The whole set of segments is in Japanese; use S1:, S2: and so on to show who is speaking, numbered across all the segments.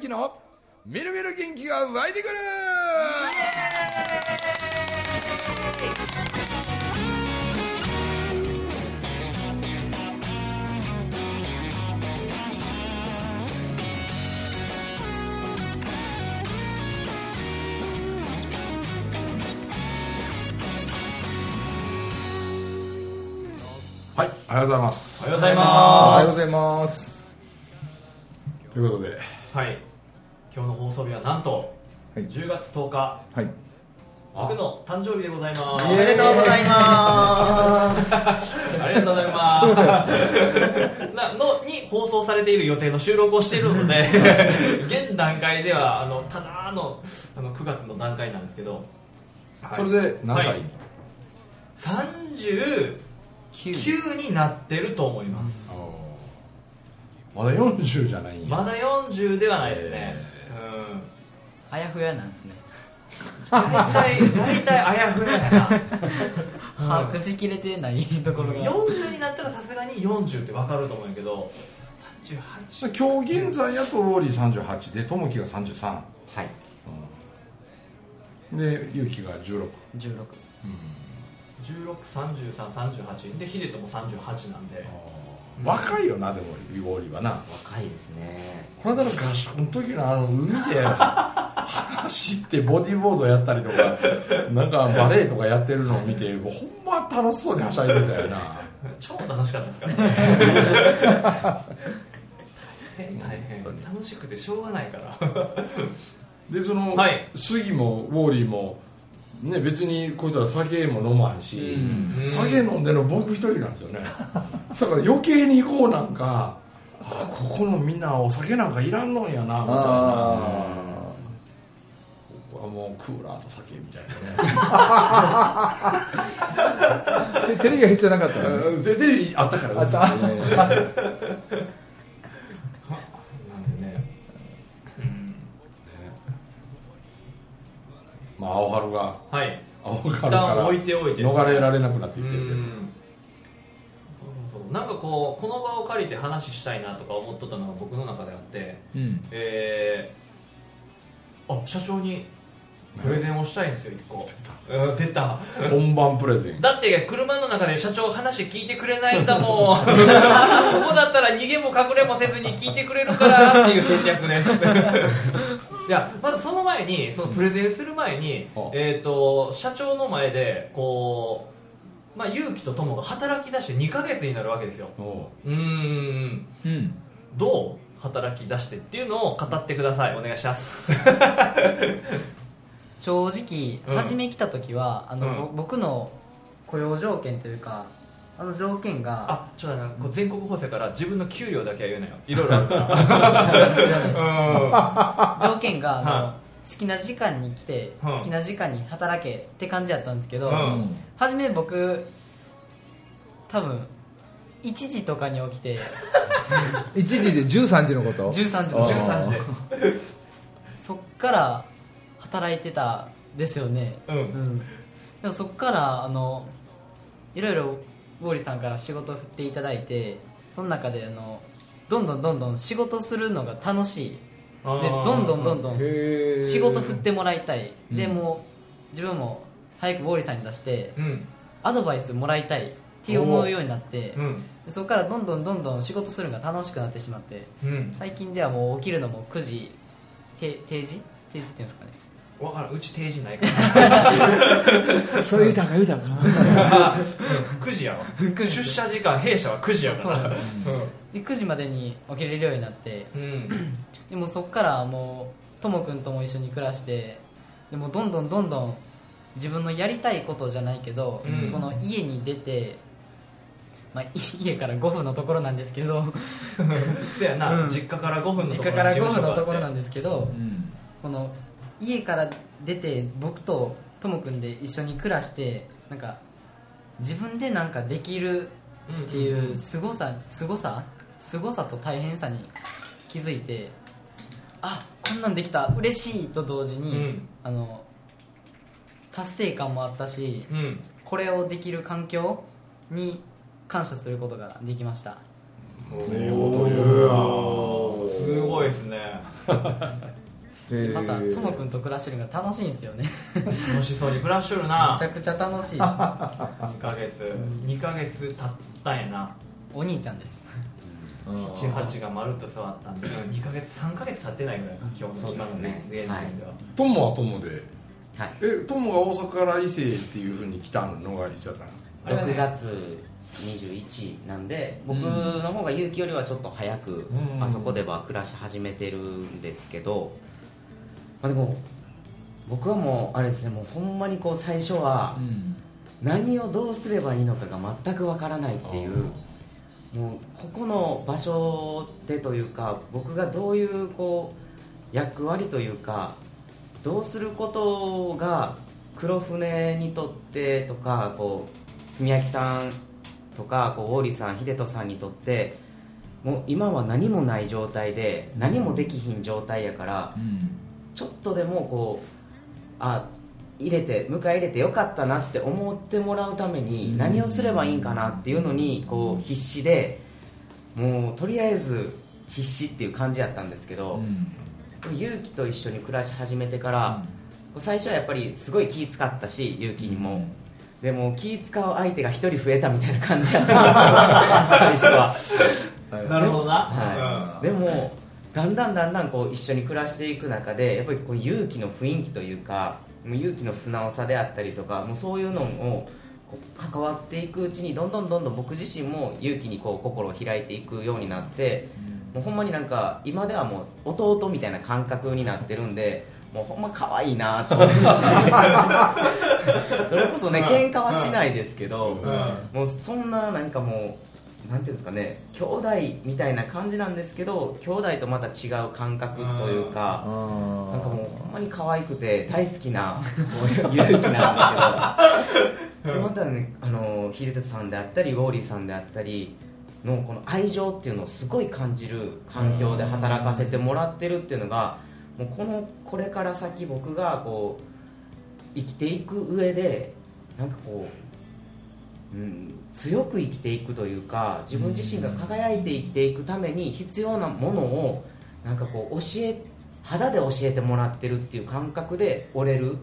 S1: きのみるみる元気が湧いてくるはい、おはようございます。
S2: おはようござい
S3: おは
S2: ま
S3: ようございます
S1: ということで、
S2: す。はい。今日の放送日はなんと、
S3: はい
S2: 10月10日、
S3: はい
S2: 僕の誕生日でございます。
S3: イエーイ
S4: おめでとうございます。
S2: ありがとうござい ます。なのに放送されている予定の収録をしているので、現段階ではあのただのあの9月の段階なんですけど、はい
S1: それで何歳、
S2: はい39になってると思います。
S1: あのまだ40じゃないんや、
S2: まだ40ではないですね。うん。
S4: あやふやなんですね。
S2: 大体大体あやふややな。
S4: 把握しきれてないところが。
S2: 40になったらさすがに40って分かると思うんやけど38
S1: 今日現在やとローリー38でともきが33、
S4: はい。
S1: うん、でゆうきが16
S4: 16。
S2: 163338でヒデとも38なんでうん
S1: 若いよなでもローリーはな
S4: 若いですね。
S1: この間の合宿の時のあの海で走ってボディーボードやったりとかなんかバレエとかやってるのを見てもうほんま楽しそうにはしゃいでたよな
S2: 超楽しかったです からね大変大変
S1: 本当に
S2: 楽しくてしょうがないから
S1: でその、
S2: はい
S1: 杉もウォーリーもね別にこいつら酒も飲まんし、
S2: うん
S1: 酒飲んでるの僕一人なんですよねだから余計にこうなんかあここのみんなお酒なんかいらんのんやなみたいな
S3: あ
S1: ここはもうクーラーと酒みたいなね
S3: あテテレビは必要なかったのね
S1: うんでテレビあったから
S3: あった
S1: 別にいやいや
S2: なんでねうん
S1: まあ青春が
S2: はい
S1: 青
S2: 一
S1: 春か
S2: 旦
S1: ら
S2: 置いておいて
S1: 逃れられなくなって
S2: う
S1: きてるけど
S2: んそうそうなんかこうこの場を借りて話したいなとか思っとったのが僕の中であって
S3: うん
S2: えー、あ社長にプレゼンをしたいんですよ1個うん出た
S1: 本番プレゼン
S2: だって車の中で社長話聞いてくれないんだもんここだったら逃げも隠れもせずに聞いてくれるからっていう戦略ですいやまずその前にそのプレゼンする前に、
S1: うん
S2: えー、と社長の前でこう、まあ、勇気と友が働き出して2ヶ月になるわけですよ
S1: おう
S2: うーん
S3: うん
S2: どう働き出してっていうのを語ってくださいお願いします
S4: 正直、
S2: うん
S4: 初め来た時は、あの、
S2: うん
S4: ぼ僕の雇用条件というか、あの条件が、
S2: あちょっとなんかこう全国法制から自分の給料だけは言うなよいろいろあるか
S4: 条件が、あの、
S2: は
S4: 好きな時間に来て、
S2: うん
S4: 好きな時間に働けって感じやったんですけど、
S2: う
S3: うんん
S4: 初め僕多分1時とかに起きて
S3: 1時で13時のこと
S4: 13時
S2: ら
S4: の
S2: 13時です
S4: そっから働いてたですよね
S2: うん
S4: でもそっからあのいろいろウォーリーさんから仕事を振っていただいてその中であのどんどんどんどん仕事するのが楽しいでどんどんどんどん
S3: へえ
S4: 仕事振ってもらいたいで
S3: うん
S4: もう自分も早くウォーリーさんに出して
S2: うん
S4: アドバイスもらいたいって思うようになって
S2: うん
S4: でそこからどんどんどんどん仕事するのが楽しくなってしまって
S2: うん
S4: 最近ではもう起きるのも9時て定時定時っていうんですかね
S2: わからんうち定時ないから
S3: それ豊か豊か
S2: あ9時やわ
S4: 9時
S2: 出社時間弊社は9時やか
S4: そうな
S2: ら
S4: んですで9時までに起きれるようになって
S2: うんうん
S4: でもうそっからもうともくんとも一緒に暮らしてでもうどんどんどんどん自分のやりたいことじゃないけど、
S2: うん
S4: この家に出て、まあ、い 家から5分のところなんですけど
S2: そやな
S4: うん
S2: 実家から5分のと
S4: 実
S2: ころ
S4: 家
S2: に
S4: から5
S2: 事務
S4: 分
S2: 所が
S4: の
S2: あって
S4: ところなんですけど、
S3: うん
S4: この家から出て僕とともくんで一緒に暮らしてなんか自分でなんかできる
S2: うん
S4: っていう凄さ凄さ凄さと大変さに気づいてあこんなんできた嬉しいと同時に、
S2: うん
S4: あの達成感もあったし
S2: うん
S4: これをできる環境に感謝することができました
S1: ええこと言うやん
S2: すごいですね
S3: え
S4: また
S3: ー
S4: ともくんと暮らしてるのが楽しいんですよねめ
S2: 楽しそうに暮らしとるな
S4: ちゃくちゃ楽しいです
S2: 2ヶ月2ヶ月経ったんやな
S4: お兄ちゃんです
S2: 78がまるっと座ったんで2ヶ月3ヶ月経ってないぐらいか今日の今のね現在では
S1: トモはトモで
S5: はい
S1: えトモが大阪から伊勢っていうふうに来たのがいつだったんですか
S2: あれはね
S5: 6月21なんで僕の方が勇気よりはちょっと早く
S1: うん
S5: あそこでは暮らし始めてるんですけど、まあ、でも僕はもうあれですねもうほんまにこう最初は何をどうすればいいのかが全くわからないっていうもうここの場所でというか僕がどういうこう役割というかどうすることが黒船にとってとかこう宮城さんとかこう王林さん秀人さんにとってもう今は何もない状態で何もできひん状態やからちょっとでもこうあ入れて迎え入れてよかったなって思ってもらうために何をすればいいんかなっていうのにこう必死でもうとりあえず必死っていう感じやったんですけど、でも勇気と一緒に暮らし始めてから、最初はやっぱりすごい気使ったし勇気にも、でも気使う相手が1人増えたみたいな感じやったんですよ最初は。
S2: なるほどな、
S5: はいでもだんだんだんだんこう一緒に暮らしていく中でやっぱりこう勇気の雰囲気というかもう勇気の素直さであったりとかもうそういうのをこう関わっていくうちにどんどんどんどん僕自身も勇気にこう心を開いていくようになってもうほんまになんか今ではもう弟みたいな感覚になってるんでもうほんま可愛いなと思う しそれこそね喧嘩はしないですけど、もうそんななんかもうなんていうんですかね兄弟みたいな感じなんですけど兄弟とまた違う感覚というかなんかもうほんまに可愛くて大好きなこういう勇気なんですけどでまたねあの秀哲さんであったりウォーリーさんであったりのこの愛情っていうのをすごい感じる環境で働かせてもらってるっていうのがもうこのこれから先僕がこう生きていく上でなんかこううん、強く生きていくというか自分自身が輝いて生きていくために必要なものをなんかこう教え肌で教えてもらってるっていう感覚で折れる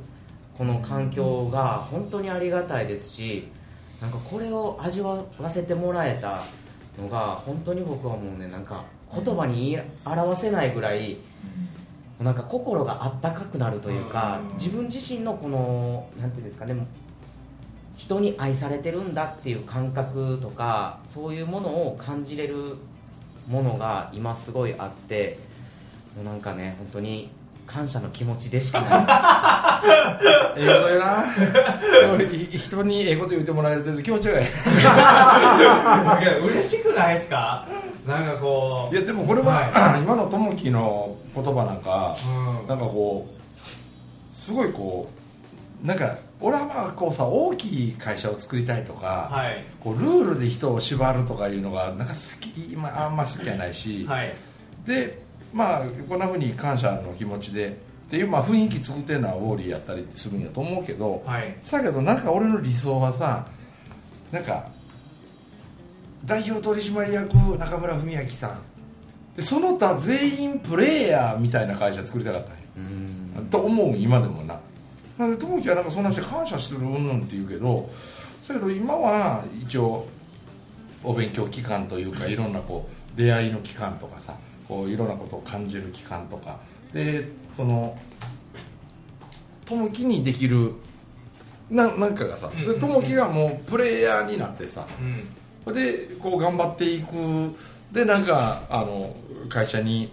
S5: この環境が本当にありがたいですしなんかこれを味わわせてもらえたのが本当に僕はもうねなんか言葉に言い表せないぐらいなんか心があったかくなるというか
S2: うん
S5: 自分自身のこのなんていうんですかね人に愛されてるんだっていう感覚とかそういうものを感じれるものが今すごいあってもうなんかね本当に感謝の気持ちでしかない
S1: ええこと言うな 俺い人にええこと言ってもらえると気持ちがいい
S2: いや嬉しくないですかなんかこ
S1: いうやでもこれは、今のともきの言葉なんか、
S2: うん
S1: なんかこうすごいこうなんか俺はまあこうさ大きい会社を作りたいとか、
S2: はい
S1: こうルールで人を縛るとかいうのがなんか好き、まあ、あんま好きじゃないし、
S2: はい
S1: でまあこんなふうに感謝の気持ちでっていう、まあ、雰囲気作ってるのはウォーリーやったりするんやと思うけど、
S2: はい
S1: さけどなんか俺の理想はさなんか代表取締役中村文明さんでその他全員プレイヤーみたいな会社作りたかったんよ
S5: うん
S1: と思う今でもななので友樹はなんかそんなして感謝してるうんぬんって言うけどそやけど今は一応お勉強期間というかいろんなこう出会いの期間とかさこういろんなことを感じる期間とかでその友樹にできるななんかがさそれ友樹がもうプレイヤーになってさ
S2: うん
S1: でこう頑張っていくでなんかあの会社に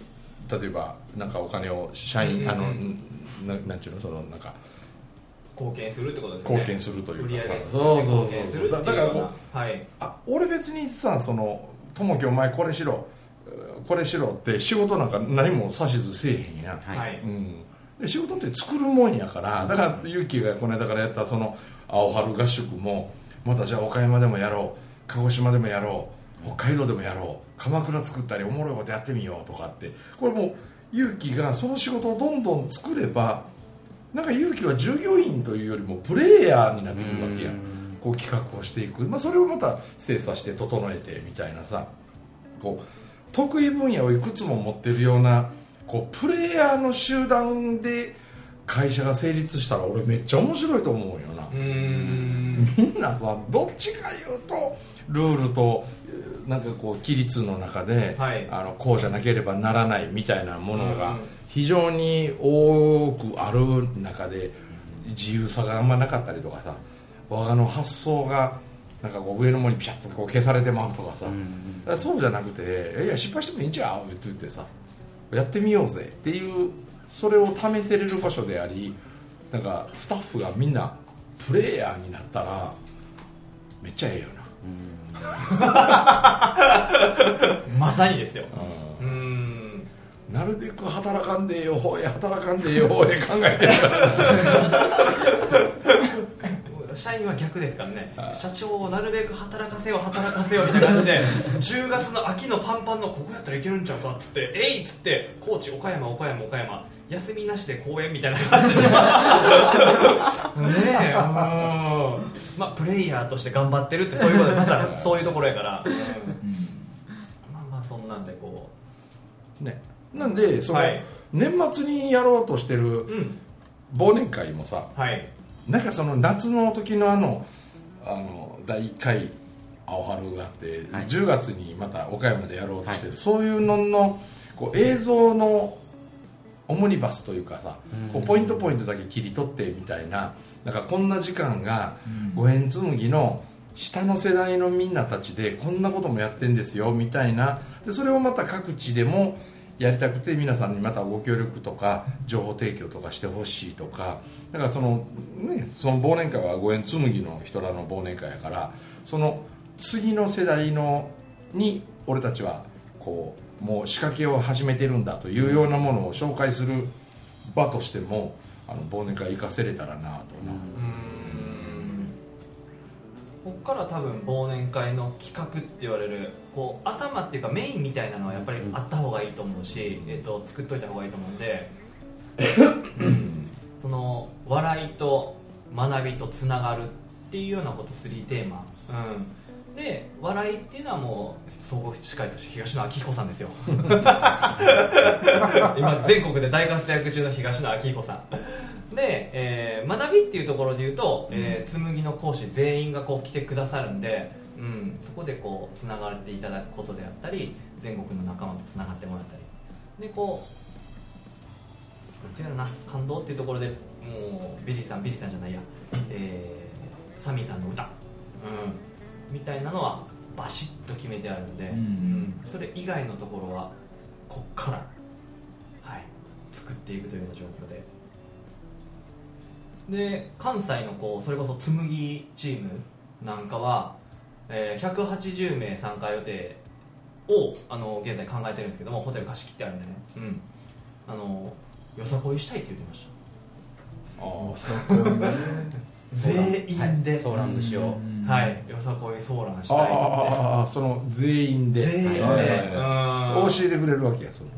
S1: 例えばなんかお金を社員、
S2: うん
S1: あのななんちゅうのそのなんか
S2: 貢献するってことですよね
S1: 貢献するというか
S2: 売り上げ
S1: そうそうそう
S2: 貢献するっていうような
S1: だからこ
S2: はい
S1: あ俺別にさその「友樹お前これしろうーこれしろ」って仕事なんか何も指図せえへんやん、
S5: はい
S2: はい
S1: うん、で仕事って作るもんやからだからユキがこの間からやったその青春合宿もまたじゃあ岡山でもやろう鹿児島でもやろう北海道でもやろう鎌倉作ったりおもろいことやってみようとかってこれもう勇気がその仕事をどんどん作ればなんか勇気は従業員というよりもプレイヤーになってくるわけや
S5: うん
S1: こう企画をしていく、まあ、それをまた精査して整えてみたいなさこう得意分野をいくつも持ってるようなこうプレイヤーの集団で会社が成立したら俺めっちゃ面白いと思うよ な
S2: うーん
S1: みんなさどっちか言うとルールとえーなんかこう規律の中で、
S2: はい
S1: あのこうじゃなければならないみたいなもの
S2: う
S1: が
S2: ん
S1: 非常に多くある中で自由さがあんまなかったりとかさ我がの発想がなんかこう上の方にピシャッとこう消されてまうとかさ、だからそうじゃなくて「いや失敗してもいいんちゃう?」って言ってさやってみようぜっていうそれを試せれる場所でありなんかスタッフがみんなプレイヤーになったらめっちゃええよ
S2: まさにですよ
S1: な、
S2: うーん
S1: なるべく働かんでええよほうへ働かんでええよほうへ考えてるから
S2: 社員は逆ですからね社長をなるべく働かせよう働かせようみたいな感じで 10月の秋のパンパンのここやったらいけるんちゃうかっつってえいっつって高知岡山岡山岡山休みなしで公演みたいな感じで ねえうんまあプレイヤーとして頑張ってるってそういうことでまさにそういうところやから、うんまあまあそんなんでこ
S1: ねなんでその、
S2: はい
S1: 年末にやろうとして
S2: う
S1: る
S2: うん
S1: 忘年会もさ
S2: はい
S1: なんかその夏の時のあのあの第1回青春があって、
S5: はい
S1: 10月にまた岡山でやろうとしてる、
S5: は
S1: そういうののこう映像のオムニバスというかさ、
S5: うん
S1: こうポイントポイントだけ切り取ってみたいななんかこんな時間が五円紬の下の世代のみんなたちでこんなこともやってんですよみたいなでそれをまた各地でもやりたくて皆さんにまたご協力とか情報提供とかしてほしいとかだからその,、ね、その忘年会は五円紬の人らの忘年会やからその次の世代のに俺たちはこうもう仕掛けを始めてるんだというようなものを紹介する場としてもあの忘年会生かせれたらなとな。
S2: うーんこっから多分忘年会の企画って言われるこう頭っていうかメインみたいなのはやっぱりあった方がいいと思うし、えっと作っといた方がいいと思うんでその笑いと学びとつながるっていうようなこと3テーマ、うん、で笑いっていうのはもう総合司会として東野昭彦さんですよ今全国で大活躍中の東野昭彦さんで、えー学びっていうところで言うと、えー紬の講師全員がこう来てくださるんで、うん、そこでこうつながっていただくことであったり全国の仲間とつながってもらったりでこうなんていうのかな感動っていうところでもうビリーさんビリーさんじゃないや、えーサミーさんの歌、うん、みたいなのはバシッと決めてあるんで、
S3: う
S2: う
S3: ん
S2: んそれ以外のところはこっから、はい、作っていくというような状況でで関西のこうそれこそ紬チームなんかは、えー180名参加予定をあの現在考えてるんですけどもホテル貸し切ってあるんでね、うん、あのよさこいしたいって言ってまし
S4: そう
S2: た
S4: なん
S2: 全員で、
S4: はいそうなんですよ
S2: はいよさこいソーランし
S1: あ
S2: た
S1: あ
S2: い
S1: ああああその全員で
S2: っつって全員で、
S1: はいはいは
S2: うん
S1: い教えてくれるわけやその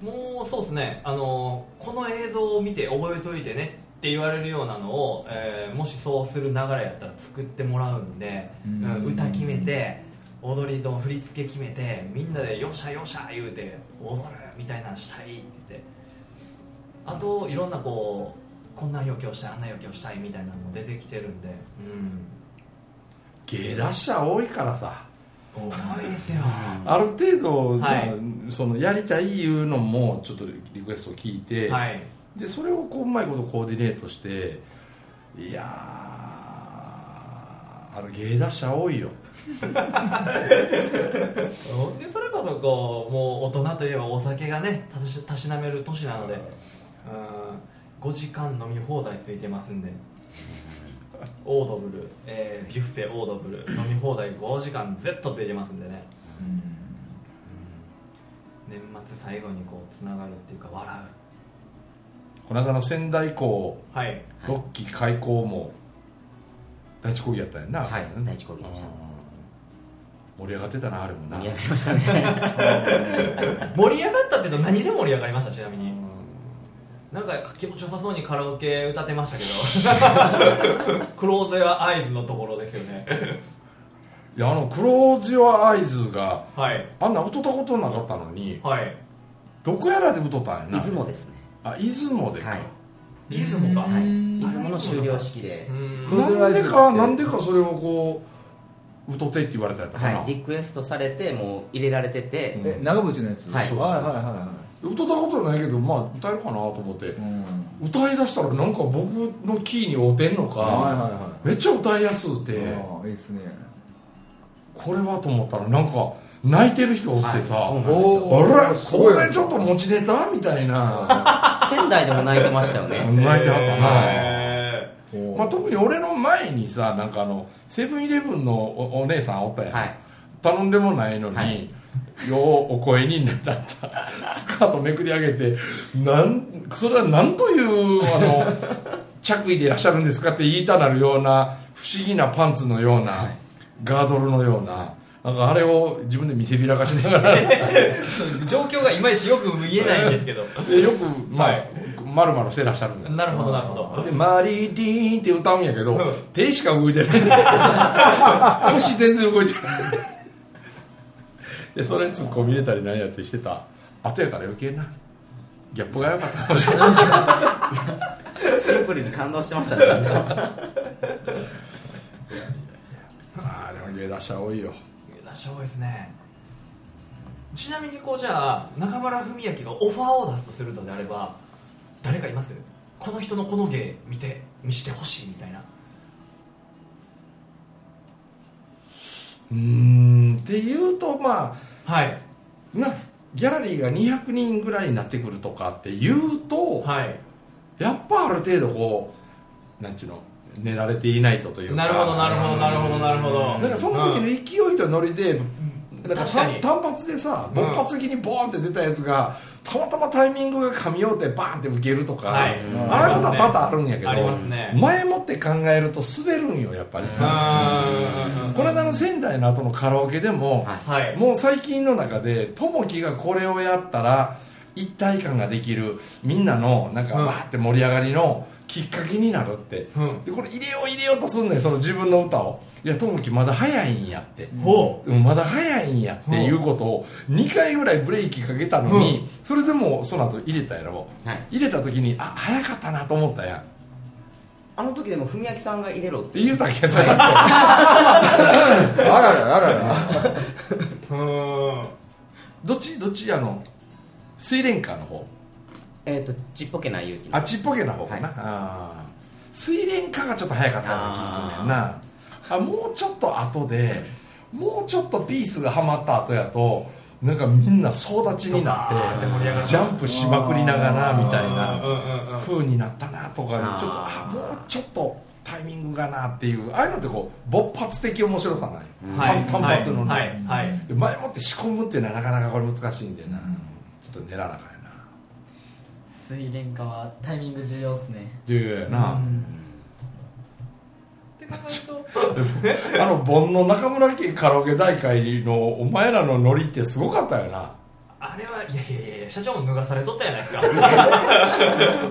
S2: もうそうですねあのこの映像を見て覚えといてねって言われるようなのを、えーもしそうする流れやったら作ってもらうんで、
S3: うん
S2: うん歌決めて踊りと振り付け決めてみんなで「よっしゃよっしゃ」言うて踊るみたいなのしたいって言ってあといろんなこうこんな余興したいあんな余興したいみたいなのも出てきてるんで
S1: 芸達者多いからさ
S2: うんおいですよ
S1: ある程度、
S2: はい
S1: まあそのやりたいいうのもちょっとリクエストを聞いて、
S2: はい
S1: でそれをこううまいことコーディネートしていやーあの芸達者多いよ
S2: でそれこそこうもう大人といえばお酒がねたしたしなめる年なのでうん5時間飲み放題ついてますんでオードブル、えービュッフェオードブル飲み放題5時間 Z ついてますんでね年末最後にこうつながるっていうか笑
S1: この間の仙台港
S2: うはい
S1: ロッキー開港も第一講義やったんやんな、
S5: はい
S1: あれね
S5: 第一講義でした
S1: あー盛り上がってたなあれもな
S5: 盛り上がりましたね
S2: 盛り上がったっていうと何で盛り上がりましたちなみになんか気持ちよさそうにカラオケ歌ってましたけ どクローズは合図のところですよね
S1: いやあの「クローズ・ヨア・アイズ」が
S2: はい
S1: あんな歌ったことなかったのに
S2: はい
S1: どこやらで歌ったんやな
S5: 出雲ですね
S1: あ出雲でか、
S5: はい
S2: 出雲か
S5: はい
S3: うん
S5: 出雲の終了式で
S2: う、ん
S1: なんでかなんでかそれをこう歌ってって言われたやったかな、
S5: はい、リクエストされてもう入れられてて、
S3: え長渕のやつ
S5: はい
S3: はいはいは
S1: 歌ったことないけどまあ歌えるかなと思って
S3: いはいうん
S1: 歌いだしたらなんか僕のキーに合うてんのか、
S3: はいはいは
S1: めっちゃ歌いやすうて、
S3: いああいいっすね
S1: これはと思ったらなんか泣いてる人おってさ、
S5: はいそうなんですよ
S3: お
S1: あれ
S3: す
S1: こ
S3: ごい
S1: れちょっと持ちネタみたいな
S5: 仙台でも泣いてましたよね
S1: 泣いてはったな、
S2: へ
S3: お
S1: まあ、特に俺の前にさなんかあのセブンイレブンのおお姉さんおったやん、
S5: はい
S1: 頼んでもないのに、
S5: はい
S1: ようお声になったスカートめくり上げてなんそれは何というあ の着衣でいらっしゃるんですかって言いたなるような不思議なパンツのような、ガードルのような。なんかあれを自分で見せびらかしながら で
S2: ー 状況がいまいちよく見えないんですけど
S1: よくまあ、
S2: は
S1: まるまるしてらっしゃるんだよ
S2: なるほどなるほど
S1: でマリリーンって歌うんやけど、
S2: うん
S1: 手しか動いてない 腰全然動いてないでそれツッコミ入れたり何やってしてた後やから余計なギャップが良かったかもしれない
S5: シンプルに感動してま したね
S1: あーでも芸達者多いよ
S2: 出し多いですねちなみにこうじゃあ中村文明がオファーを出すとするのであれば誰かいますこの人のこの芸見て見してほしいみたいな
S1: うーんっていうとま
S2: はい
S1: あなギャラリーが200人ぐらいになってくるとかっていうと、
S2: はい
S1: やっぱある程度こうなんちゅうの寝られていないとというか
S2: なるほどなるほどなるほどなるほど
S1: なんかその時の
S2: うん
S1: 勢いとノリで、なんか
S2: 確かに
S1: 単発でさ
S2: うん
S1: 勃発的にボーンって出たやつが、たまたまタイミングが噛み合うてバーンって受けるとか、
S2: はい
S1: ああいうことは多々あるんやけど、
S2: ありますね
S1: 前もって考えると滑るんよやっぱり、
S2: うん
S1: これ間の仙台の後のカラオケでも、
S5: はい
S2: はい
S1: もう最近の中でともきがこれをやったら一体感ができるみんなのなんか
S2: うん
S1: わーって盛り上がりのきっかけになるって、
S2: うん
S1: でこれ入れよう入れようとすんねんその自分の歌をいやともきまだ早いんやって、
S2: ほ
S1: うんまだ早いんやっていうことを2回ぐらいブレーキかけたのに、それでもうその後入れたやろ
S5: はい
S1: 入れた時にあ早かったなと思ったやんっ
S5: あの時でも文明さんが入れろって
S1: て言うたけどあ
S3: あららあらら
S2: ううん
S1: どっちどっちあの水蓮花の方
S5: えっ、とちっぽけな勇気
S1: あっちっぽけな方かな、
S5: はい
S1: あー水蓮花がちょっと早かったような気するねんなあもうちょっと後でもうちょっとピースがはまった後やとなんかみんな総立ちにな
S2: ドカーンって盛り上が
S1: っ
S2: る
S1: てジャンプしまくりながらみたいな
S2: うんうんうん
S1: 風になったなとか
S5: あー
S1: にちょっとあもうちょっとタイミングがなっていうああいうのってこう勃発的面白さない、
S2: はい
S1: 単単発のね、
S2: はいはい
S1: で前もって仕込むっていうのはなかなかこれ難しいんでな、ちょっと練らなあかんやな
S4: 水蓮花はタイミング重要っすね
S1: 重要やな、
S2: って考えると
S1: あの盆の中村家カラオケ大会のお前らのノリってすごかったよな
S2: あれはいやいやいや社長も脱がされとったやないですか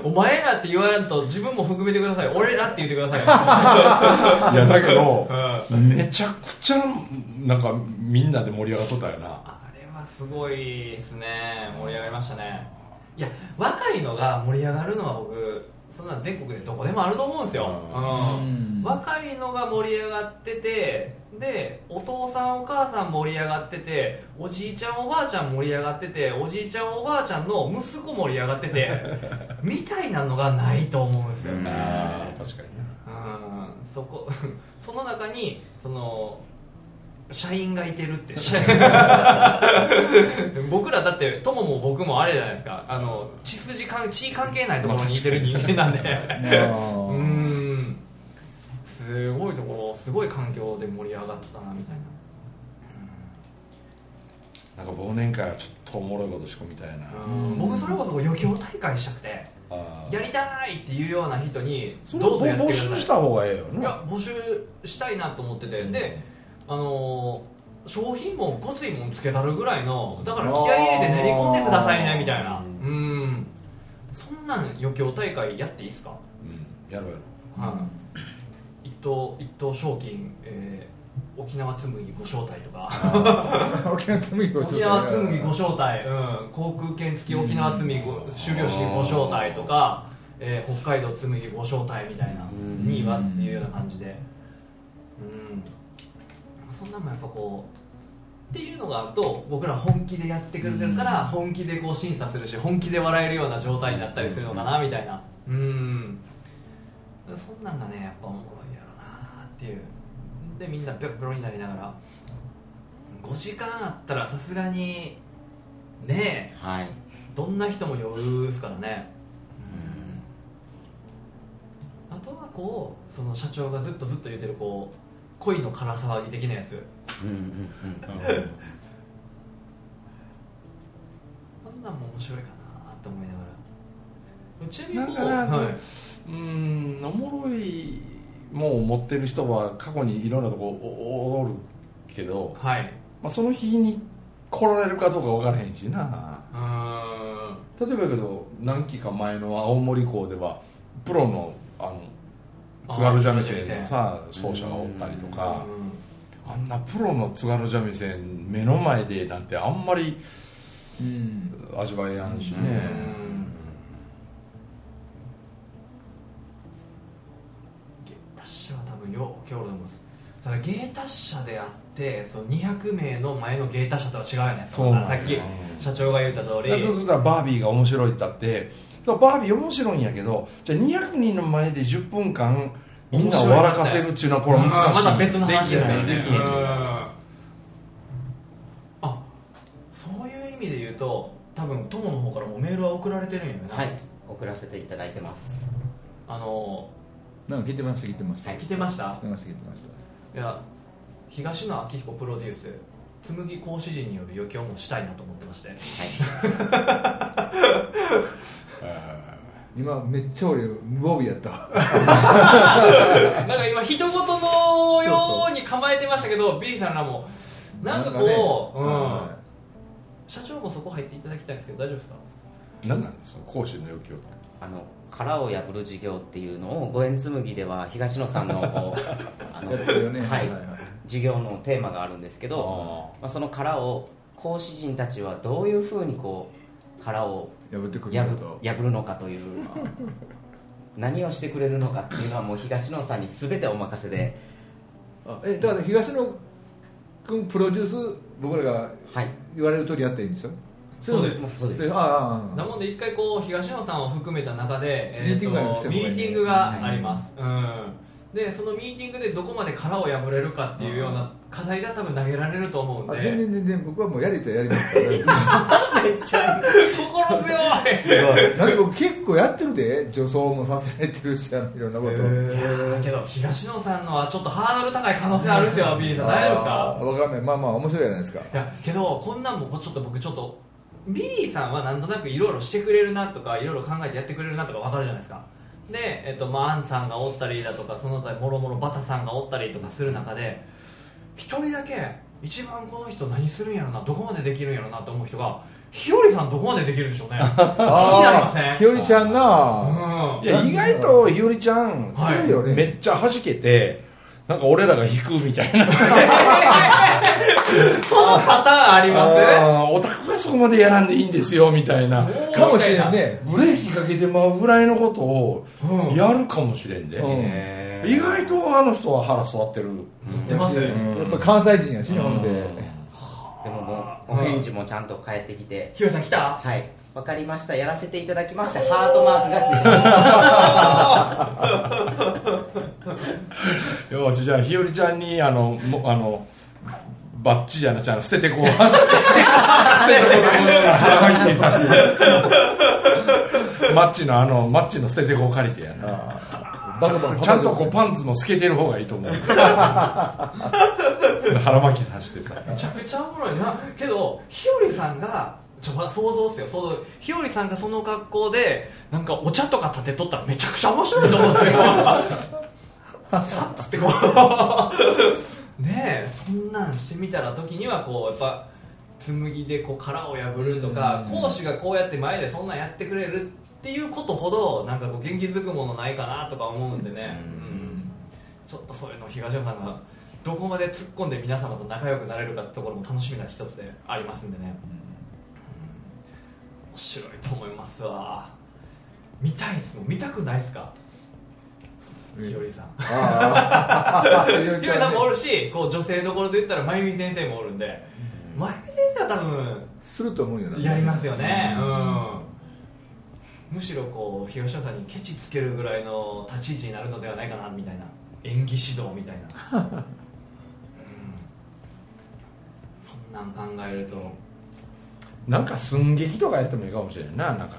S2: お前らって言わんと自分も含めてください俺らって言ってくださ
S1: いやだけど
S2: いよ、うん
S1: めちゃくちゃなんかみんなで盛り上がっとったよな
S2: あれはすごいですね盛り上がりましたねいや若いのが盛り上がるのは僕そんなん全国でどこでもあると思うんですよ、
S1: う
S2: うん
S3: ん
S2: 若いのが盛り上がっててでお父さんお母さん盛り上がってておじいちゃんおばあちゃん盛り上がってておじいちゃんおばあちゃんの息子盛り上がってて みたいなのがないと思うんですよね、
S1: あー確かに
S2: うんそこ その中にその社員がいてるって僕らだって友も僕もあれじゃないですかあの血筋関血関係ないところにいてる人間なんでうー
S3: ね
S2: んすごいところすごい環境で盛り上がってたなみたいな
S1: なんか忘年会はちょっとおもろいこと仕込みたいな、
S3: うん
S2: 僕それこそ余興大会したくて
S1: あー
S2: やりたいっていうような人に
S1: それを
S2: どうぞやって
S1: 募
S2: くださ
S1: 集
S2: い
S1: した方がええよ
S2: い
S1: な
S2: や募集したいなと思ってて、であのー商品もごついもんつけたるぐらいのだから気合い入れて練り込んでくださいねみたいな
S1: う
S2: うんそんなん余興大会やっていいですか、
S1: うんやろうやろう
S2: はい一等一等賞金、え沖縄紬ご招待とか
S3: 沖縄紬をちょっと
S2: 沖縄紬ご招待、うん、航空券付き沖縄紬ご終了式ご招待とか、えー北海道紬ご招待みたいな
S5: うん
S2: 2位はっていうような感じでうんそんなのもやっぱこうっていうのがあると僕ら本気でやってくれるから本気でこう審査するし本気で笑えるような状態になったりするのかなみたいなうんそんなんがねやっぱおもろいやろなっていうでみんなペロペロになりながら5時間あったらさすがにね
S5: はい
S2: えどんな人も呼ぶっすからね
S5: うん
S2: あとはこうその社長がずっとずっと言ってるこう恋の空騒ぎ的なやつ
S5: うんうんうん
S2: あんなんも面白いかなと思いながらちなみに
S1: だ
S2: こう
S1: から、
S2: はいう
S1: ーんおもろいもんを持ってる人は過去にいろんなとこおおるけど、
S2: はい
S1: まあ、その日に来られるかどうか分からへんしな
S2: うーん
S1: 例えばやけど何期か前の青森校ではプロのあの津軽三味線のさ奏者がおったりとか
S2: う
S1: あんなプロの津軽三味線目の前でなんてあんまり
S3: うん
S1: 味わえやんし
S5: うん
S2: う
S1: ね
S2: ん芸達者は多分よう今日でもですただ芸達者であってその200名の前の芸達者とは違うよね
S1: そうなんよ
S2: さっき社長が言った通り
S1: だとするとバービーが面白いったってそうバービー面白いんやけどじゃあ200人の前で10分間みんなを笑かせるっていうのはこれは難しい
S2: また別の
S1: でき
S2: 話だ
S1: な
S2: よ
S1: い
S2: ね
S1: できへん
S2: あそういう意味で言うと多分友の方からもメールは送られてるんやね
S5: はい送らせていただいてます
S2: あの
S3: なんか聞いてました聞いてました
S5: はい
S2: 来てました
S3: 聞いてました聞いてまし
S2: い
S3: た
S2: や東野昭彦プロデュース紬講師陣による余興もしたいなと思ってまして
S5: は
S3: 今めっちゃ俺無防備やったわ
S2: なんか今人事のように構えてましたけどビリーさんらもなんかこう、うん
S3: な
S2: 社長もそこ入っていただきたいんですけど大丈夫ですか
S1: 何なんですか講師の余興
S5: いあの殻を破る授業っていうのを五円紬では東野さんのこ うあ
S3: んか
S5: の
S3: ねやってるよね
S5: はい
S3: はいはい
S5: 授業のテーマがあるんですけどまあ、その殻を講師陣たちはどういうふうにこう殻を
S3: 破ってくるの
S5: 破
S3: と
S5: 破るのかという 何をしてくれるのかっていうのはもう東野さんに全てお任せで
S3: あえだから東野君プロデュース僕らが
S5: はい
S3: 言われる通りやっていいんですよ
S2: そうです
S5: もそうです
S3: でああ
S2: な
S3: ああ
S2: もんで一回こう東野さんを含めた中で、
S3: ミーティングがありますよ
S2: ミーティング
S5: ここ
S2: が
S5: に
S2: あります、うん、でそのミーティングでどこまで殻を破れるかっていうような課題が多分投げられると思うん
S3: あ
S2: で
S3: 全然全然僕はもうやりとやりますから
S5: めっちゃ
S2: 心 強い
S3: だって僕結構やってるで女装もさせられてるしあのいろんなこと
S2: いやーけど東野さんのはちょっとハードル高い可能性あるんですよビリーさん大丈夫ですか
S3: 分かんないまあまあ面白いじゃないですか
S2: いやけどこんなんもこうちょっと僕ちょっとビリーさんはなんとなくいろいろしてくれるなとかいろいろ考えてやってくれるなとかわかるじゃないですかで、えっとまあ、アンさんがおったりだとかその他もろもろバタさんがおったりとかする中で一人だけ一番この人何するんやろなどこまでできるんやろなと思う人がひよりさんどこまでできるんでしょう ね気になりません
S3: あーひよりちゃんな
S2: うん
S1: いや意外とひよりちゃん
S2: はい
S3: 強いよね
S1: めっちゃ弾けてなんか俺らが弾くみたいな
S2: そのパターンあります
S1: あーオタクがそこまでやらんでいいんですよみたいな
S2: おー
S3: かもしれんね
S1: ブレーキかけてまうぐらいのことを
S2: うん
S1: やるかもしれんで、
S3: うん
S1: 意外とあの人は腹座ってる
S2: 出ます
S3: やっぱ関西人やしねほんで
S5: でももうお返事もちゃんと返ってきて
S2: ひよりさん来た
S5: はいわかりましたやらせていただきますってハートマークがついてました
S1: よしじゃあひよりちゃんにあのもあのバッチじゃなくてあの捨ててこう捨ててこう 腹巻きにさして マッチのあのマッチの捨ててこう借りてやな
S3: あーバカバカ
S1: ちゃんとこうパンツも透けてる方がいいと 思う腹巻きさしてさ
S2: めちゃくちゃおもろいなけどひよりさんがちょま想像っすよ想像ひよりさんがその格好でなんかお茶とか立てとったらめちゃくちゃ面白いと思うんですよさっつってこうねえそんなんしてみたら時にはこうやっぱ紬でこう殻を破るとか、
S3: うん
S2: 講師がこうやって前でそんなんやってくれるっていうことほどなんかこう元気づくものないかなとか思うんでね、うんちょっとそういうのを東山さんがどこまで突っ込んで皆様と仲良くなれるかってところも楽しみな一つでありますんでね、面白いと思いますわ見たいっすもん見たくないっすか
S3: え
S2: ひよりさん
S3: あああひより
S2: ひより
S3: ちゃね
S2: さんもおるしこう女性どころで言ったらまゆみ先生もおるんでまゆみ先生は多分
S3: すると思うよな
S2: やりますよねうん、むしろこう東野さんにケチつけるぐらいの立ち位置になるのではないかなみたいな演技指導みたい な、うんそんなん考えると
S1: なんか寸劇とかやってもいいかもしれんななんか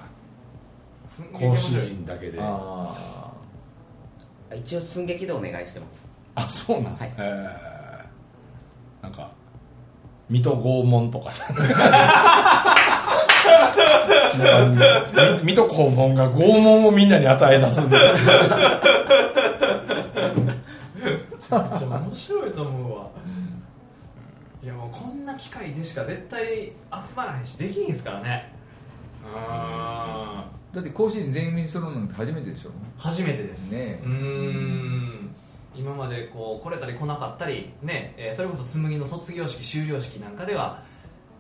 S2: すんげえ
S1: 講
S2: 面
S1: 師
S2: 白い
S1: 陣だけであ
S3: あ
S5: 一応寸劇でお願いしてます
S1: そうなん、
S5: はい
S1: えーなんか水戸拷問 とかみ水戸黄門が拷問をみんなに与え出すんだ
S2: めっちゃ面白いと思うわいやもうこんな機会でしか絶対集まらへんしできひんすからねうん
S3: ーだって甲子園全員するのって初めてでしょ
S2: 初めてです
S3: ねえ
S2: うーん今までこう来れたり来なかったりね、えーそれこそ紬の卒業式修了式なんかでは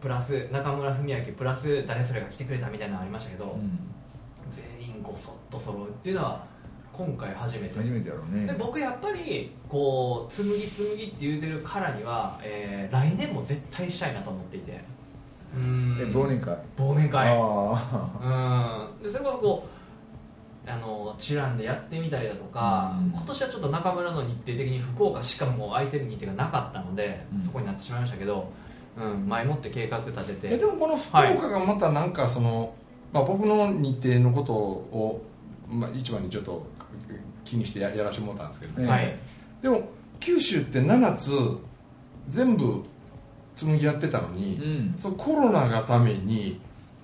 S2: プラス中村文明プラス誰それが来てくれたみたいなのありましたけど、
S3: うん
S2: 全員ごそっと揃うっていうのは今回初めて
S3: 初めてやろうね
S2: で僕やっぱりこう紬紬って言うてるからには、えー来年も絶対したいなと思っていてうーん
S3: え忘年会
S2: 忘年会
S3: あ
S2: うんでそれこそこうあのチランでやってみたりだとか、
S3: うん
S2: 今年はちょっと中村の日程的に福岡しかもう空いてる日程がなかったので、
S3: うん
S2: そこになってしまいましたけど、うん、前もって計画立て
S1: えで
S2: て
S1: もこの福岡がまたなんかその、まあ、僕の日程のことを、まあ、一番にちょっと気にしてややらしてもらったんですけど、
S3: ええ
S2: はい
S1: でも九州って7つ全部紬やってたの
S3: あう
S1: に、
S3: ん
S1: そのコロナがために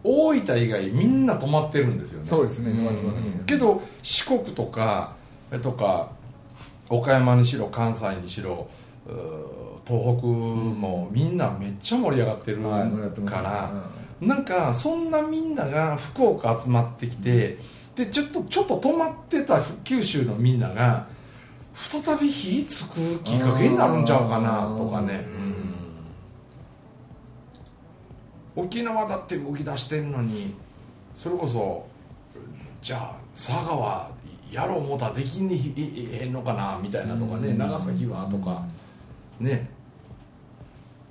S1: 大分以外みんな止まってるんですよね
S3: そうですね
S1: ん
S3: まずまずね
S1: けど四国とかえとか岡山にしろ関西にしろうー東北もみんなめっちゃ盛り上がってるか
S3: はいやってます
S1: ら、なんかそんなみんなが福岡集まってきて、でちょっとちょっと止まってた九州のみんなが再び火つくきっかけになるんちゃうかなとかね、うん沖縄だって動き出してんのにそれこそじゃあ佐賀やろう思ったらできんねへんのかなみたいなとかね、
S3: うん
S1: 長崎はとかね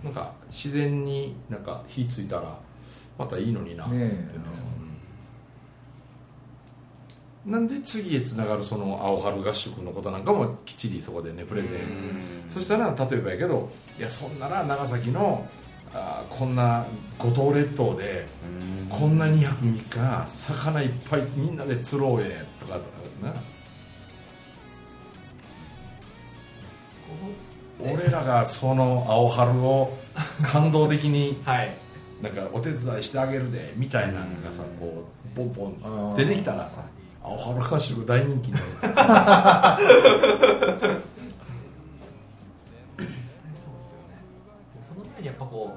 S1: なんか自然になんか火ついたらまたいいのになってね
S3: ねえ
S1: うんなんで次へつながるその青春合宿のことなんかもきっちりそこでねプレゼンそしたら例えばやけどいやそんなら長崎のあーこんな五島列島で
S5: うん
S1: こんな2泊3日魚いっぱいみんなで釣ろうえとかな俺らがその青春を感動的に
S2: はい
S1: なんかお手伝いしてあげるでみたいなのがさこうポンポン出てきたらさ青春歌手大人気になる
S2: そうですよねその前にやっぱこう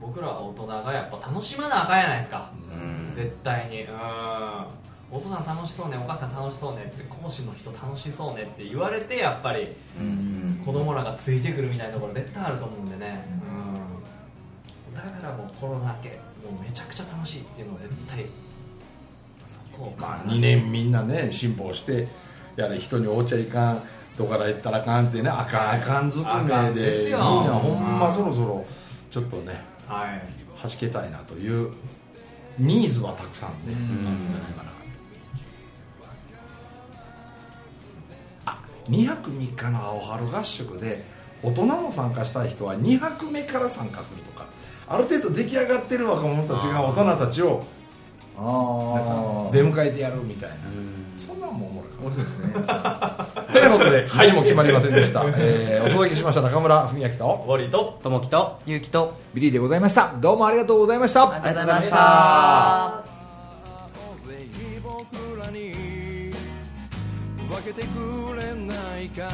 S2: 僕ら大人がやっぱ楽しまなあかんやないですか、
S5: うん
S2: 絶対にうんお父さん楽しそうねお母さん楽しそうねって講師の人楽しそうねって言われてやっぱり
S5: うん
S2: 子供らがついてくるみたいなところ絶対あると思うんでねうんだからもうコロナ明けもうめちゃくちゃ楽しいっていうのを絶対そこを
S1: まあ2年みんなね辛抱してやれ人におうちゃいかんどこから行ったらあかんってねあかんあかんずく
S2: あか
S1: め
S2: んで
S1: ですみん
S2: よ
S1: なほんまそろそろちょっとね
S2: はい
S1: はじけたいなというニーズはたくさんねあ
S3: うん
S1: るんじゃないかなあ2泊3日の青春合宿で大人も参加したい人は2泊目から参加するとかある程度出来上がってる若者たちが大人たちをなん
S3: あ
S1: か
S3: あ
S1: 出迎えてやるみたいな
S5: うん
S1: そんなんもおもろいかも
S3: 面白いですね
S1: てなことで、はいも決まりませんでした。えー、お届けしました中村文明と。
S2: 終わりと
S5: ともきと
S4: ゆうきと
S3: ビリーでございましたどうもありがとうございました
S4: ありがとうございました
S6: ぜひ僕らに分けてくれないか」